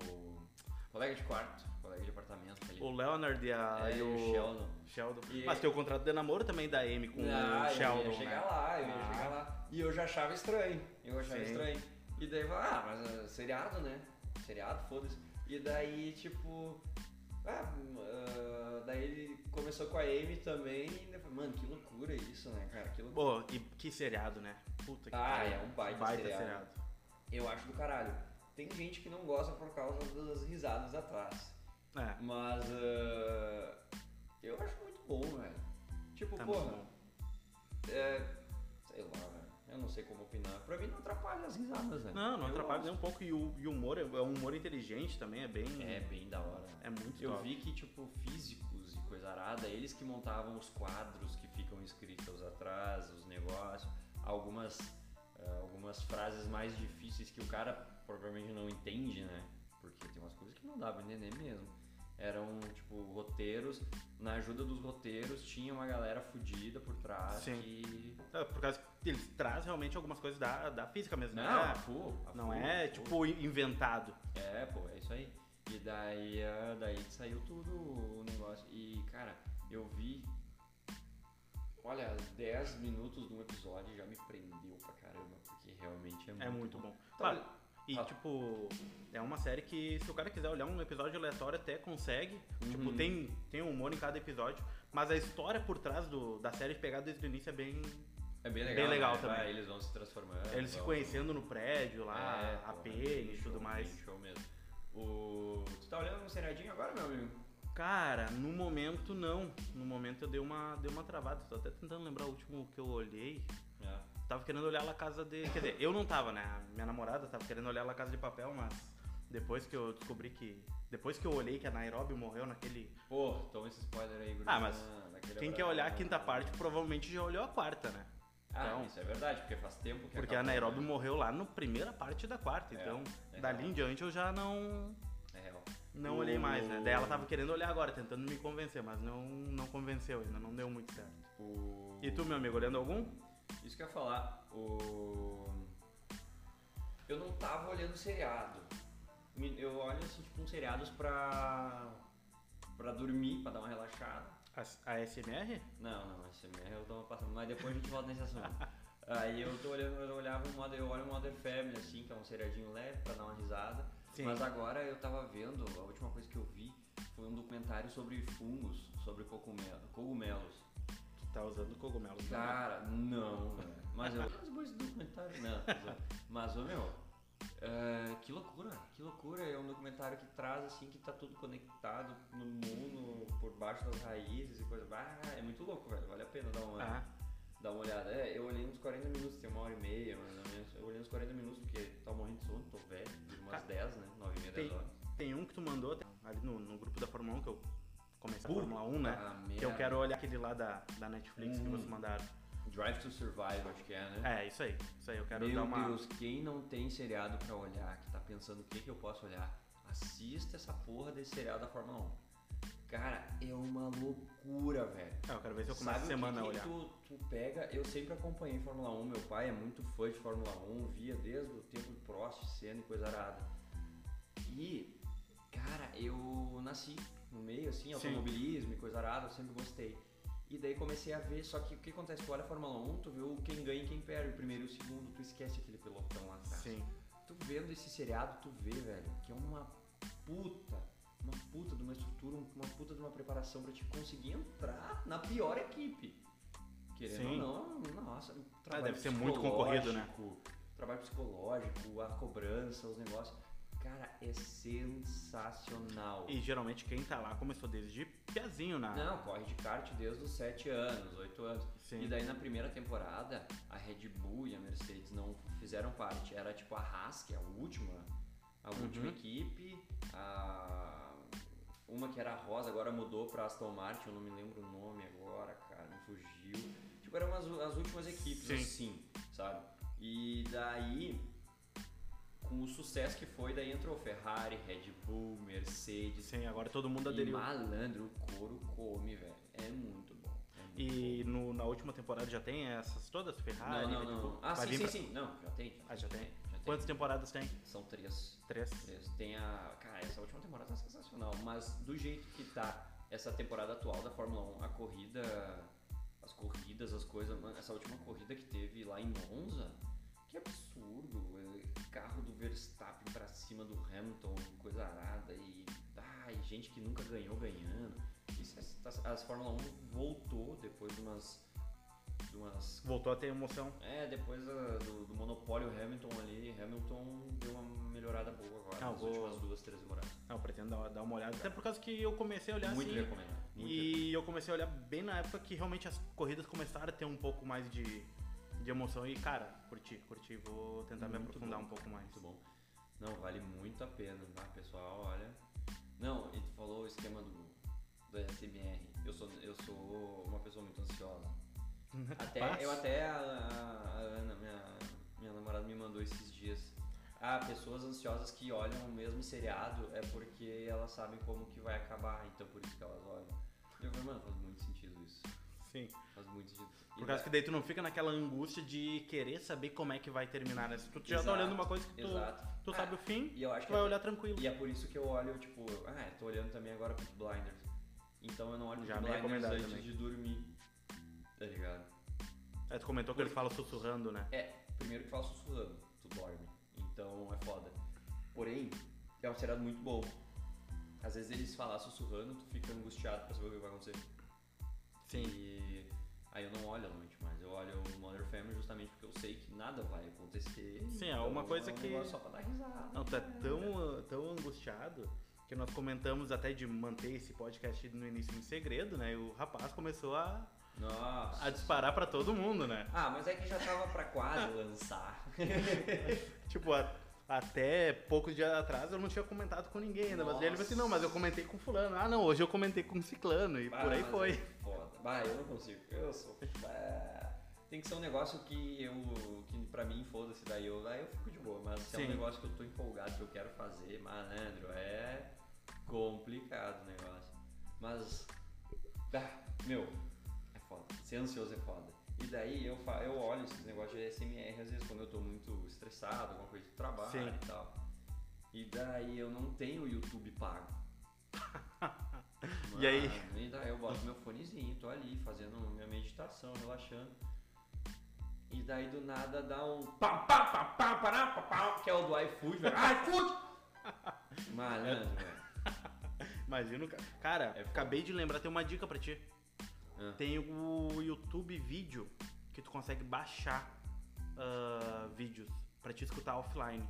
Speaker 1: colega de quarto, colega de apartamento ali.
Speaker 2: O Leonard e, a,
Speaker 1: É,
Speaker 2: Ah, e
Speaker 1: e o Sheldon.
Speaker 2: Sheldon.
Speaker 1: E-
Speaker 2: Mas tem o contrato de namoro também da Amy com
Speaker 1: Ah,
Speaker 2: o Sheldon.
Speaker 1: eu ia chegar
Speaker 2: né?
Speaker 1: lá, eu ia
Speaker 2: Ah.
Speaker 1: chegar lá. E eu já achava estranho, eu achava
Speaker 2: Sim.
Speaker 1: estranho. E daí eu falava, ah, mas ah, seriado, né? Seriado, foda-se. E daí, tipo... Ah, hum, ah, daí ele começou com a Amy também, e daí eu falei, mano, que loucura isso, né, cara? Que loucura.
Speaker 2: Pô, e que seriado, né? Puta que
Speaker 1: Ah,
Speaker 2: pariu.
Speaker 1: é um baita seriado. Eu acho do caralho. Tem gente que não gosta por causa das risadas atrás.
Speaker 2: É,
Speaker 1: Mas ah, eu acho muito bom, velho. Tipo,
Speaker 2: tá muito
Speaker 1: porra,
Speaker 2: bom.
Speaker 1: é, sei lá, velho. Eu não sei como opinar. Pra mim não atrapalha as risadas, velho.
Speaker 2: Não, não
Speaker 1: Eu
Speaker 2: atrapalha nem
Speaker 1: gosto.
Speaker 2: um pouco. E o, e o humor é, é um humor inteligente também, é bem.
Speaker 1: É bem da hora.
Speaker 2: é muito
Speaker 1: Eu
Speaker 2: top.
Speaker 1: vi que, tipo, físicos e coisa arada, eles que montavam os quadros que ficam escritos atrás, os negócios, algumas, ah, algumas frases mais difíceis que o cara provavelmente não entende, né? Porque tem umas coisas que não dá pra entender mesmo. Eram, tipo, roteiros. Na ajuda dos roteiros, tinha uma galera fudida por trás
Speaker 2: Sim.
Speaker 1: que...
Speaker 2: É, Por causa que eles trazem realmente algumas coisas da, da física mesmo.
Speaker 1: Não,
Speaker 2: né?
Speaker 1: a full, a
Speaker 2: Não
Speaker 1: full,
Speaker 2: é
Speaker 1: a full.
Speaker 2: tipo inventado.
Speaker 1: É, pô, é isso aí. E daí, ah, daí saiu tudo o negócio. E, cara, eu vi. Olha, 10 minutos de um episódio já me prendeu pra caramba, porque realmente é muito,
Speaker 2: É muito bom.
Speaker 1: Talvez-
Speaker 2: Claro, e
Speaker 1: Ah.
Speaker 2: tipo, é uma série que se o cara quiser olhar um episódio aleatório até consegue. Tipo,
Speaker 1: Uhum.
Speaker 2: tem, tem humor em cada episódio. Mas a história por trás do, da série pegada desde o início é bem.
Speaker 1: é bem legal.
Speaker 2: bem legal
Speaker 1: né? Vai,
Speaker 2: também.
Speaker 1: eles vão se transformando.
Speaker 2: eles se
Speaker 1: vão-
Speaker 2: conhecendo no prédio lá,
Speaker 1: É,
Speaker 2: AP
Speaker 1: pô,
Speaker 2: e
Speaker 1: show,
Speaker 2: tudo mais.
Speaker 1: Show mesmo. O... Tu tá olhando um seriadinho agora, meu amigo?
Speaker 2: Cara, no momento não. No momento eu dei uma, dei uma travada. Tô até tentando lembrar o último que eu olhei.
Speaker 1: É.
Speaker 2: Tava querendo olhar La Casa de. Quer dizer, eu não tava, né? A Minha namorada tava querendo olhar La Casa de Papel, mas depois que eu descobri que. Depois que eu olhei que a Nairobi morreu naquele.
Speaker 1: Pô, toma esse spoiler aí,
Speaker 2: Ah, mas
Speaker 1: gurizada, daquele
Speaker 2: Quem quer
Speaker 1: abraço.
Speaker 2: olhar a quinta parte provavelmente já olhou a quarta, né?
Speaker 1: Ah,
Speaker 2: Então-
Speaker 1: isso é verdade, porque faz tempo que
Speaker 2: Porque a
Speaker 1: acabou,
Speaker 2: Nairobi
Speaker 1: né?
Speaker 2: morreu lá na primeira parte da quarta.
Speaker 1: É,
Speaker 2: Então,
Speaker 1: é
Speaker 2: dali
Speaker 1: real.
Speaker 2: em diante eu já não.
Speaker 1: É real.
Speaker 2: Não
Speaker 1: O-
Speaker 2: olhei mais, né? Daí ela tava querendo olhar agora, tentando me convencer, mas não, não convenceu ainda, não deu muito certo.
Speaker 1: O...
Speaker 2: E tu, meu amigo, olhando algum?
Speaker 1: Isso que eu ia falar, o... eu não tava olhando seriado. Me- Eu olho assim, tipo, uns seriados pra, pra dormir, pra dar uma relaxada.
Speaker 2: A, a SMR?
Speaker 1: Não, não, esse mesmo eu tô passando, mas depois a gente volta nesse assunto. Aí eu tô olhando, eu olhava o Mother, eu olho o Mother Family, assim, que é um seriadinho leve pra dar uma risada.
Speaker 2: Sim.
Speaker 1: Mas agora eu tava vendo, a última coisa que eu vi foi um documentário sobre fungos, sobre cogumelo- cogumelos.
Speaker 2: Tu tá usando cogumelos. né?
Speaker 1: Cara, não, velho. Mas eu. Mas bons documentários, não. mas eu- Mas, ô meu, é, que loucura, que loucura. É um documentário que traz, assim, que tá tudo conectado no mundo, por baixo das raízes e coisa. Ah, é muito louco, velho. Vale a pena dar uma,
Speaker 2: Ah,
Speaker 1: dar uma olhada. É, eu olhei uns 40 minutos, tem uma hora e meia, mais ou menos. Eu olhei uns 40 minutos, porque tá morrendo de sono, tô velho, de umas
Speaker 2: Cara,
Speaker 1: 10, né? 9 e meia, 10
Speaker 2: tem-
Speaker 1: horas.
Speaker 2: Tem um que tu mandou até ali no, no grupo da Fórmula 1 que eu comecei a
Speaker 1: Burro.
Speaker 2: Fórmula 1, né?
Speaker 1: Ah,
Speaker 2: Que eu
Speaker 1: merda.
Speaker 2: quero olhar aquele lá da, da Netflix que
Speaker 1: Hum.
Speaker 2: vocês mandaram.
Speaker 1: Drive to Survive, acho que é, né?
Speaker 2: É, isso aí. Isso aí, eu quero
Speaker 1: Meu
Speaker 2: dar uma.
Speaker 1: Deus, quem não tem seriado pra olhar, que tá pensando o que, que eu posso olhar, assista essa porra desse seriado da Fórmula 1. Cara, é uma loucura, velho.
Speaker 2: Ah, eu quero ver se eu
Speaker 1: Sabe
Speaker 2: começo a
Speaker 1: o
Speaker 2: semana a
Speaker 1: que que
Speaker 2: olhar.
Speaker 1: Tu, tu pega, eu sempre acompanhei Fórmula 1, meu pai é muito fã de Fórmula 1, via desde o tempo do Prost, Senna e coisa arada. E, cara, eu nasci no meio, assim, automobilismo e coisa arada, eu sempre gostei. E daí comecei a ver, só que o que acontece? Tu olha a Fórmula 1, tu vê o quem ganha e quem perde, o primeiro e o segundo, tu esquece aquele pelotão lá atrás.
Speaker 2: Sim.
Speaker 1: Tu vendo esse seriado, tu vê, velho, que é uma puta, uma puta de uma estrutura, um, uma puta de uma preparação pra te conseguir entrar na pior equipe. Querendo
Speaker 2: Sim. É,
Speaker 1: ou não, nossa, o trabalho
Speaker 2: deve ser muito concorrido, né?
Speaker 1: psicológico, Trabalho psicológico, a cobrança, os negócios. Cara, é sensacional.
Speaker 2: E geralmente quem tá lá começou desde né? piazinho na.
Speaker 1: Não, corre de kart desde os 7 anos, 8 anos.
Speaker 2: Sim.
Speaker 1: E daí na primeira temporada, a Red Bull e a Mercedes não fizeram parte. Era tipo a Haas, que é a última a
Speaker 2: Uhum.
Speaker 1: última equipe, a... uma que era rosa, agora mudou pra Aston Martin, eu não me lembro o nome agora, cara, me fugiu. Tipo, eram as, as últimas equipes,
Speaker 2: Sim.
Speaker 1: assim, sabe? E daí, com o sucesso que foi, daí entrou Ferrari, Red Bull, Mercedes,
Speaker 2: Sim, agora todo mundo
Speaker 1: e
Speaker 2: aderiu.
Speaker 1: malandro, o couro come, velho. É muito bom. é muito
Speaker 2: E no- na última temporada já tem essas todas?
Speaker 1: bom.
Speaker 2: Ferrari,
Speaker 1: Não, não,
Speaker 2: Red Bull?
Speaker 1: não. Ah,
Speaker 2: Vai
Speaker 1: sim,
Speaker 2: vir
Speaker 1: sim,
Speaker 2: pra-
Speaker 1: sim. Não, já tem.
Speaker 2: Ah, já tem.
Speaker 1: Já tem.
Speaker 2: Quantas temporadas tem?
Speaker 1: São três.
Speaker 2: Três.
Speaker 1: Três. Tem a. Cara, essa última temporada é sensacional, mas do jeito que tá essa temporada atual da Fórmula 1, a corrida. As corridas, as coisas. mano, Essa última corrida que teve lá em Monza, que absurdo. é, Carro do Verstappen pra cima do Hamilton, coisa arada. E. Ai, gente que nunca ganhou ganhando. Isso é- as, as Fórmula 1 voltou depois de umas. De umas
Speaker 2: Voltou a ter emoção.
Speaker 1: é, depois da- do, do monopólio Hamilton ali, Hamilton deu uma melhorada boa agora
Speaker 2: Ah,
Speaker 1: nas
Speaker 2: vou-
Speaker 1: últimas duas, três temporadas.
Speaker 2: Não, eu pretendo dar, dar uma olhada. Até por causa que eu comecei a olhar
Speaker 1: Muito
Speaker 2: assim.
Speaker 1: recomendado. Muito
Speaker 2: E eu comecei a olhar bem na época que realmente as corridas começaram a ter um pouco mais de, de emoção. E, cara, curti, curti. Vou tentar me
Speaker 1: Muito
Speaker 2: aprofundar
Speaker 1: bom.
Speaker 2: um pouco mais.
Speaker 1: Muito bom. Não, vale muito a pena, tá, pessoal? Olha. Não, e tu falou o esquema do, do SMR. Eu sou, eu sou uma pessoa muito ansiosa. Até,
Speaker 2: Capaz.
Speaker 1: eu até, a, a- a Ana, minha, minha namorada, me mandou esses dias. Ah, pessoas ansiosas que olham o mesmo seriado é porque elas sabem como que vai acabar, então por isso que elas olham. E eu falei, mano, faz muito sentido isso.
Speaker 2: Sim.
Speaker 1: Faz muito sentido. E é
Speaker 2: Por causa
Speaker 1: da-
Speaker 2: que daí tu não fica naquela angústia de querer saber como é que vai terminar, né? Se tu já tá
Speaker 1: Exato,
Speaker 2: olhando uma coisa que tu,
Speaker 1: Exato.
Speaker 2: tu sabe o fim,
Speaker 1: E eu acho
Speaker 2: tu
Speaker 1: que
Speaker 2: vai
Speaker 1: até-
Speaker 2: olhar tranquilo.
Speaker 1: E é por isso que eu olho, tipo, ah, eu tô olhando também agora Peak Blinders. Então eu não olho
Speaker 2: Já
Speaker 1: Peaky
Speaker 2: me
Speaker 1: Blinders
Speaker 2: recomendaram
Speaker 1: antes
Speaker 2: também.
Speaker 1: de dormir. Tá ligado?
Speaker 2: Aí É, tu comentou que ele fala sussurrando, né?
Speaker 1: É, primeiro que fala sussurrando, tu dorme. Então é foda. Porém, é um seriado muito bom. Às vezes eles falam sussurrando, tu fica angustiado pra saber o que vai acontecer. E aí eu não olho à noite mais. Eu olho o Mother Family justamente porque eu sei que nada vai acontecer.
Speaker 2: Sim, é
Speaker 1: Então,
Speaker 2: uma coisa
Speaker 1: é um
Speaker 2: que-
Speaker 1: negócio Só pra dar risada. né?
Speaker 2: Não, tu é tão, ah, tão angustiado que nós comentamos até de manter esse podcast no início em segredo, né? E o rapaz começou a,
Speaker 1: Nossa.
Speaker 2: a disparar pra todo mundo, né?
Speaker 1: Ah, mas é que já tava pra quase lançar.
Speaker 2: Tipo, a- até poucos dias atrás eu não tinha comentado com ninguém ainda. Mas daí ele falou assim, não, mas eu comentei com fulano. Ah, não, hoje eu comentei com ciclano. E
Speaker 1: Bah,
Speaker 2: por aí
Speaker 1: mas
Speaker 2: foi.
Speaker 1: é Foda. Bah, eu não consigo. Eu sou. Bah. Tem que ser um negócio que eu. que pra mim, foda-se, daí eu, daí eu fico de boa. Mas se é um
Speaker 2: Sim.
Speaker 1: negócio que eu tô empolgado, que eu quero fazer, malandro, é complicado o negócio. Mas. Ah, meu, é foda. Ser ansioso é foda. E daí eu, fa- eu olho esses negócios de SMR, às vezes, quando eu tô muito estressado, alguma coisa de trabalho
Speaker 2: Sim.
Speaker 1: e tal. E daí eu não tenho o YouTube pago.
Speaker 2: E aí?
Speaker 1: Mano, E daí eu boto meu fonezinho, tô ali fazendo minha meditação, relaxando. E daí do nada dá um pá, pá, pá, pá, pará, pá, pá, que é o do iFood, velho. iFood!
Speaker 2: É.
Speaker 1: Malandro, velho.
Speaker 2: Imagina, o ca- cara,
Speaker 1: É.
Speaker 2: acabei de lembrar, tem uma dica pra ti.
Speaker 1: Ah.
Speaker 2: Tem o YouTube vídeo que tu consegue baixar ah, vídeos pra te escutar offline.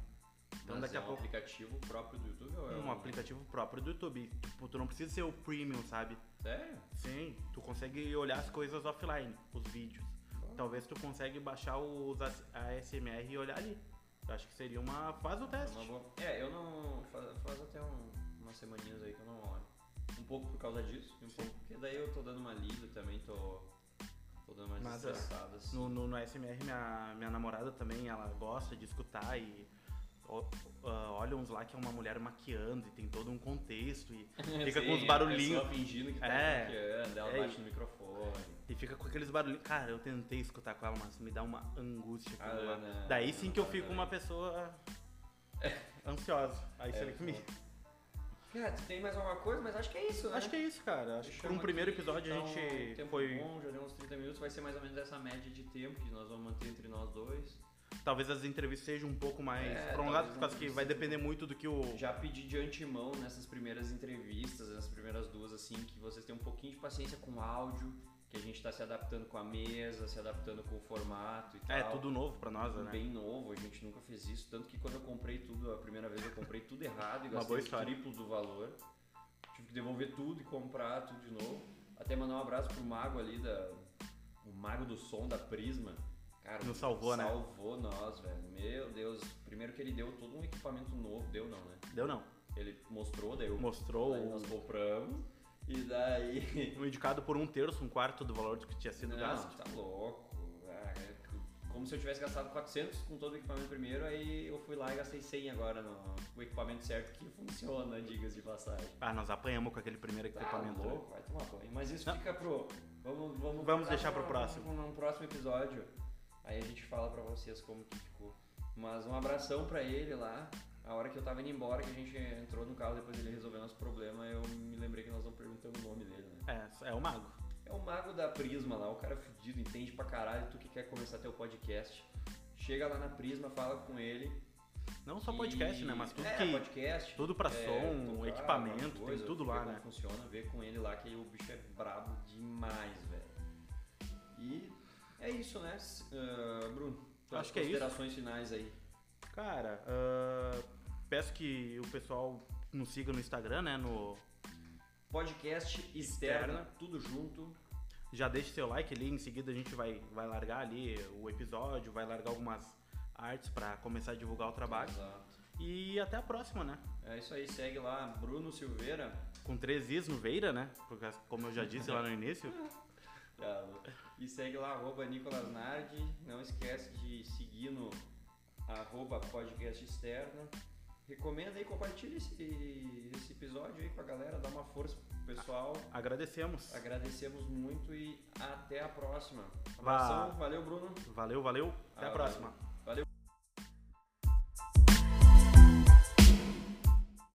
Speaker 2: Então
Speaker 1: Mas
Speaker 2: daqui
Speaker 1: é
Speaker 2: a
Speaker 1: um
Speaker 2: pouco
Speaker 1: aplicativo próprio do YouTube ou é
Speaker 2: um aplicativo próprio do YouTube. Tipo, tu não precisa ser o premium, sabe?
Speaker 1: Sério?
Speaker 2: Sim, tu consegue olhar as coisas offline, os vídeos. Talvez tu consegue baixar os AS- ASMR e olhar ali. Eu acho que seria uma. Faz o
Speaker 1: É,
Speaker 2: teste.
Speaker 1: uma boa- é, eu não. Faz, faz até um, umas semaninhas aí que eu não olho. Um pouco por causa disso, e um pouco porque daí eu tô dando uma lida também, tô. tô dando mais
Speaker 2: Mas, é.
Speaker 1: estressada. assim.
Speaker 2: No, no, no SMR, minha, minha namorada também, ela gosta de escutar e ó, ah, olha uns lá que é uma mulher maquiando e tem todo um contexto e, fica com
Speaker 1: É, Sim,
Speaker 2: uns
Speaker 1: assim, a
Speaker 2: barulhinhos.
Speaker 1: pessoa fingindo que tá
Speaker 2: É.
Speaker 1: bloqueando, ela
Speaker 2: É
Speaker 1: bate
Speaker 2: isso.
Speaker 1: no microfone.
Speaker 2: e fica com aqueles barulhinhos. Cara, eu tentei escutar com ela, mas me dá uma angústia.
Speaker 1: A
Speaker 2: aquilo lá.
Speaker 1: Ana-
Speaker 2: Daí sim que eu
Speaker 1: Ana
Speaker 2: fico uma
Speaker 1: também.
Speaker 2: pessoa
Speaker 1: É.
Speaker 2: ansiosa. Aí você que me...
Speaker 1: Cara, "Ah, tu tem mais alguma coisa? Mas acho que é isso, né?
Speaker 2: Acho que é isso, cara. Acho que por um
Speaker 1: Fechamos
Speaker 2: primeiro
Speaker 1: aqui,
Speaker 2: episódio
Speaker 1: então,
Speaker 2: a
Speaker 1: um
Speaker 2: gente
Speaker 1: tempo
Speaker 2: foi.
Speaker 1: bom, já deu uns 30 minutos, vai ser mais ou menos essa média de tempo que nós vamos manter entre nós dois.
Speaker 2: Talvez as entrevistas sejam um pouco mais
Speaker 1: É, talvez
Speaker 2: prolongadas, por
Speaker 1: não
Speaker 2: causa que vai
Speaker 1: precise.
Speaker 2: depender muito do que o.
Speaker 1: Já pedi de antemão nessas primeiras entrevistas, nessas primeiras duas, assim, que vocês tenham um pouquinho de paciência com o áudio, que a gente tá se adaptando com a mesa, se adaptando com o formato e tal.
Speaker 2: É, tudo novo pra nós, né?
Speaker 1: Bem novo, a gente nunca fez isso. Tanto que quando eu comprei tudo, a primeira vez eu comprei tudo errado e
Speaker 2: Uma
Speaker 1: gastei o
Speaker 2: boa história.
Speaker 1: triplo do valor. Tive que devolver tudo e comprar tudo de novo. Até mandar um abraço pro mago ali, da, o mago do som da Prisma, Cara,
Speaker 2: Nos salvou, né?
Speaker 1: Salvou nós, velho. Meu Deus. Primeiro que ele deu todo um equipamento novo, deu não, né?
Speaker 2: Deu não.
Speaker 1: Ele mostrou, daí eu
Speaker 2: Mostrou
Speaker 1: Aí nós compramos. E daí.
Speaker 2: um indicado por um terço, um quarto do valor do que tinha sido
Speaker 1: não,
Speaker 2: gasto.
Speaker 1: tá louco. Ah, é como se eu tivesse gastado 400 com todo o equipamento primeiro, aí eu fui lá e gastei 100 agora no o equipamento certo que funciona, digas de passagem.
Speaker 2: Ah, nós apanhamos com aquele primeiro
Speaker 1: Tá
Speaker 2: equipamento. né?
Speaker 1: louco, vai tomar banho. Mas isso
Speaker 2: Não.
Speaker 1: fica pro. Vamos, vamos,
Speaker 2: Vamos
Speaker 1: ficar
Speaker 2: deixar pro
Speaker 1: pra-
Speaker 2: próximo.
Speaker 1: Num próximo episódio. Aí a gente fala pra vocês como que ficou. Mas um abração pra ele lá. A hora que eu tava indo embora, que a gente entrou no carro, depois ele resolveu nosso problema, eu me lembrei que nós não perguntamos o nome dele, né?
Speaker 2: É, é o mago.
Speaker 1: É o mago da Prisma lá, o cara fudido, entende pra caralho, tu que quer começar teu podcast. Chega lá na Prisma, fala com ele.
Speaker 2: Não só
Speaker 1: e-
Speaker 2: podcast, né? Mas tudo
Speaker 1: é,
Speaker 2: que.
Speaker 1: podcast,
Speaker 2: Tudo pra
Speaker 1: é,
Speaker 2: som, um
Speaker 1: tocar,
Speaker 2: equipamento,
Speaker 1: alguma coisa,
Speaker 2: tem tudo lá,
Speaker 1: ver
Speaker 2: né?
Speaker 1: Como funciona, ver com ele lá que o bicho é brabo demais, velho. E é isso, né, S- ah, Bruno? Tuas
Speaker 2: Acho que é isso.
Speaker 1: considerações finais aí.
Speaker 2: Cara, ah, peço que o pessoal nos siga no Instagram, né? No,
Speaker 1: Podcast externa, tudo junto.
Speaker 2: já deixe seu like ali, em seguida a gente vai, vai largar ali o episódio, vai largar algumas artes pra começar a divulgar o trabalho.
Speaker 1: Exato.
Speaker 2: E até a próxima, né?
Speaker 1: É isso aí, segue lá, Bruno Silveira.
Speaker 2: Com três is no Veira, né? Porque, como eu já disse lá no início,
Speaker 1: Tá louco. E segue lá, arroba Nicolas Nardi. Não esquece de seguir no arroba podcast externa. Recomenda aí, compartilha esse, esse episódio aí com a galera, dá uma força pro pessoal.
Speaker 2: agradecemos.
Speaker 1: Agradecemos muito e até a próxima.
Speaker 2: Vá.
Speaker 1: Abração, valeu Bruno.
Speaker 2: Valeu, valeu. Até a
Speaker 1: Ah,
Speaker 2: próxima.
Speaker 1: valeu.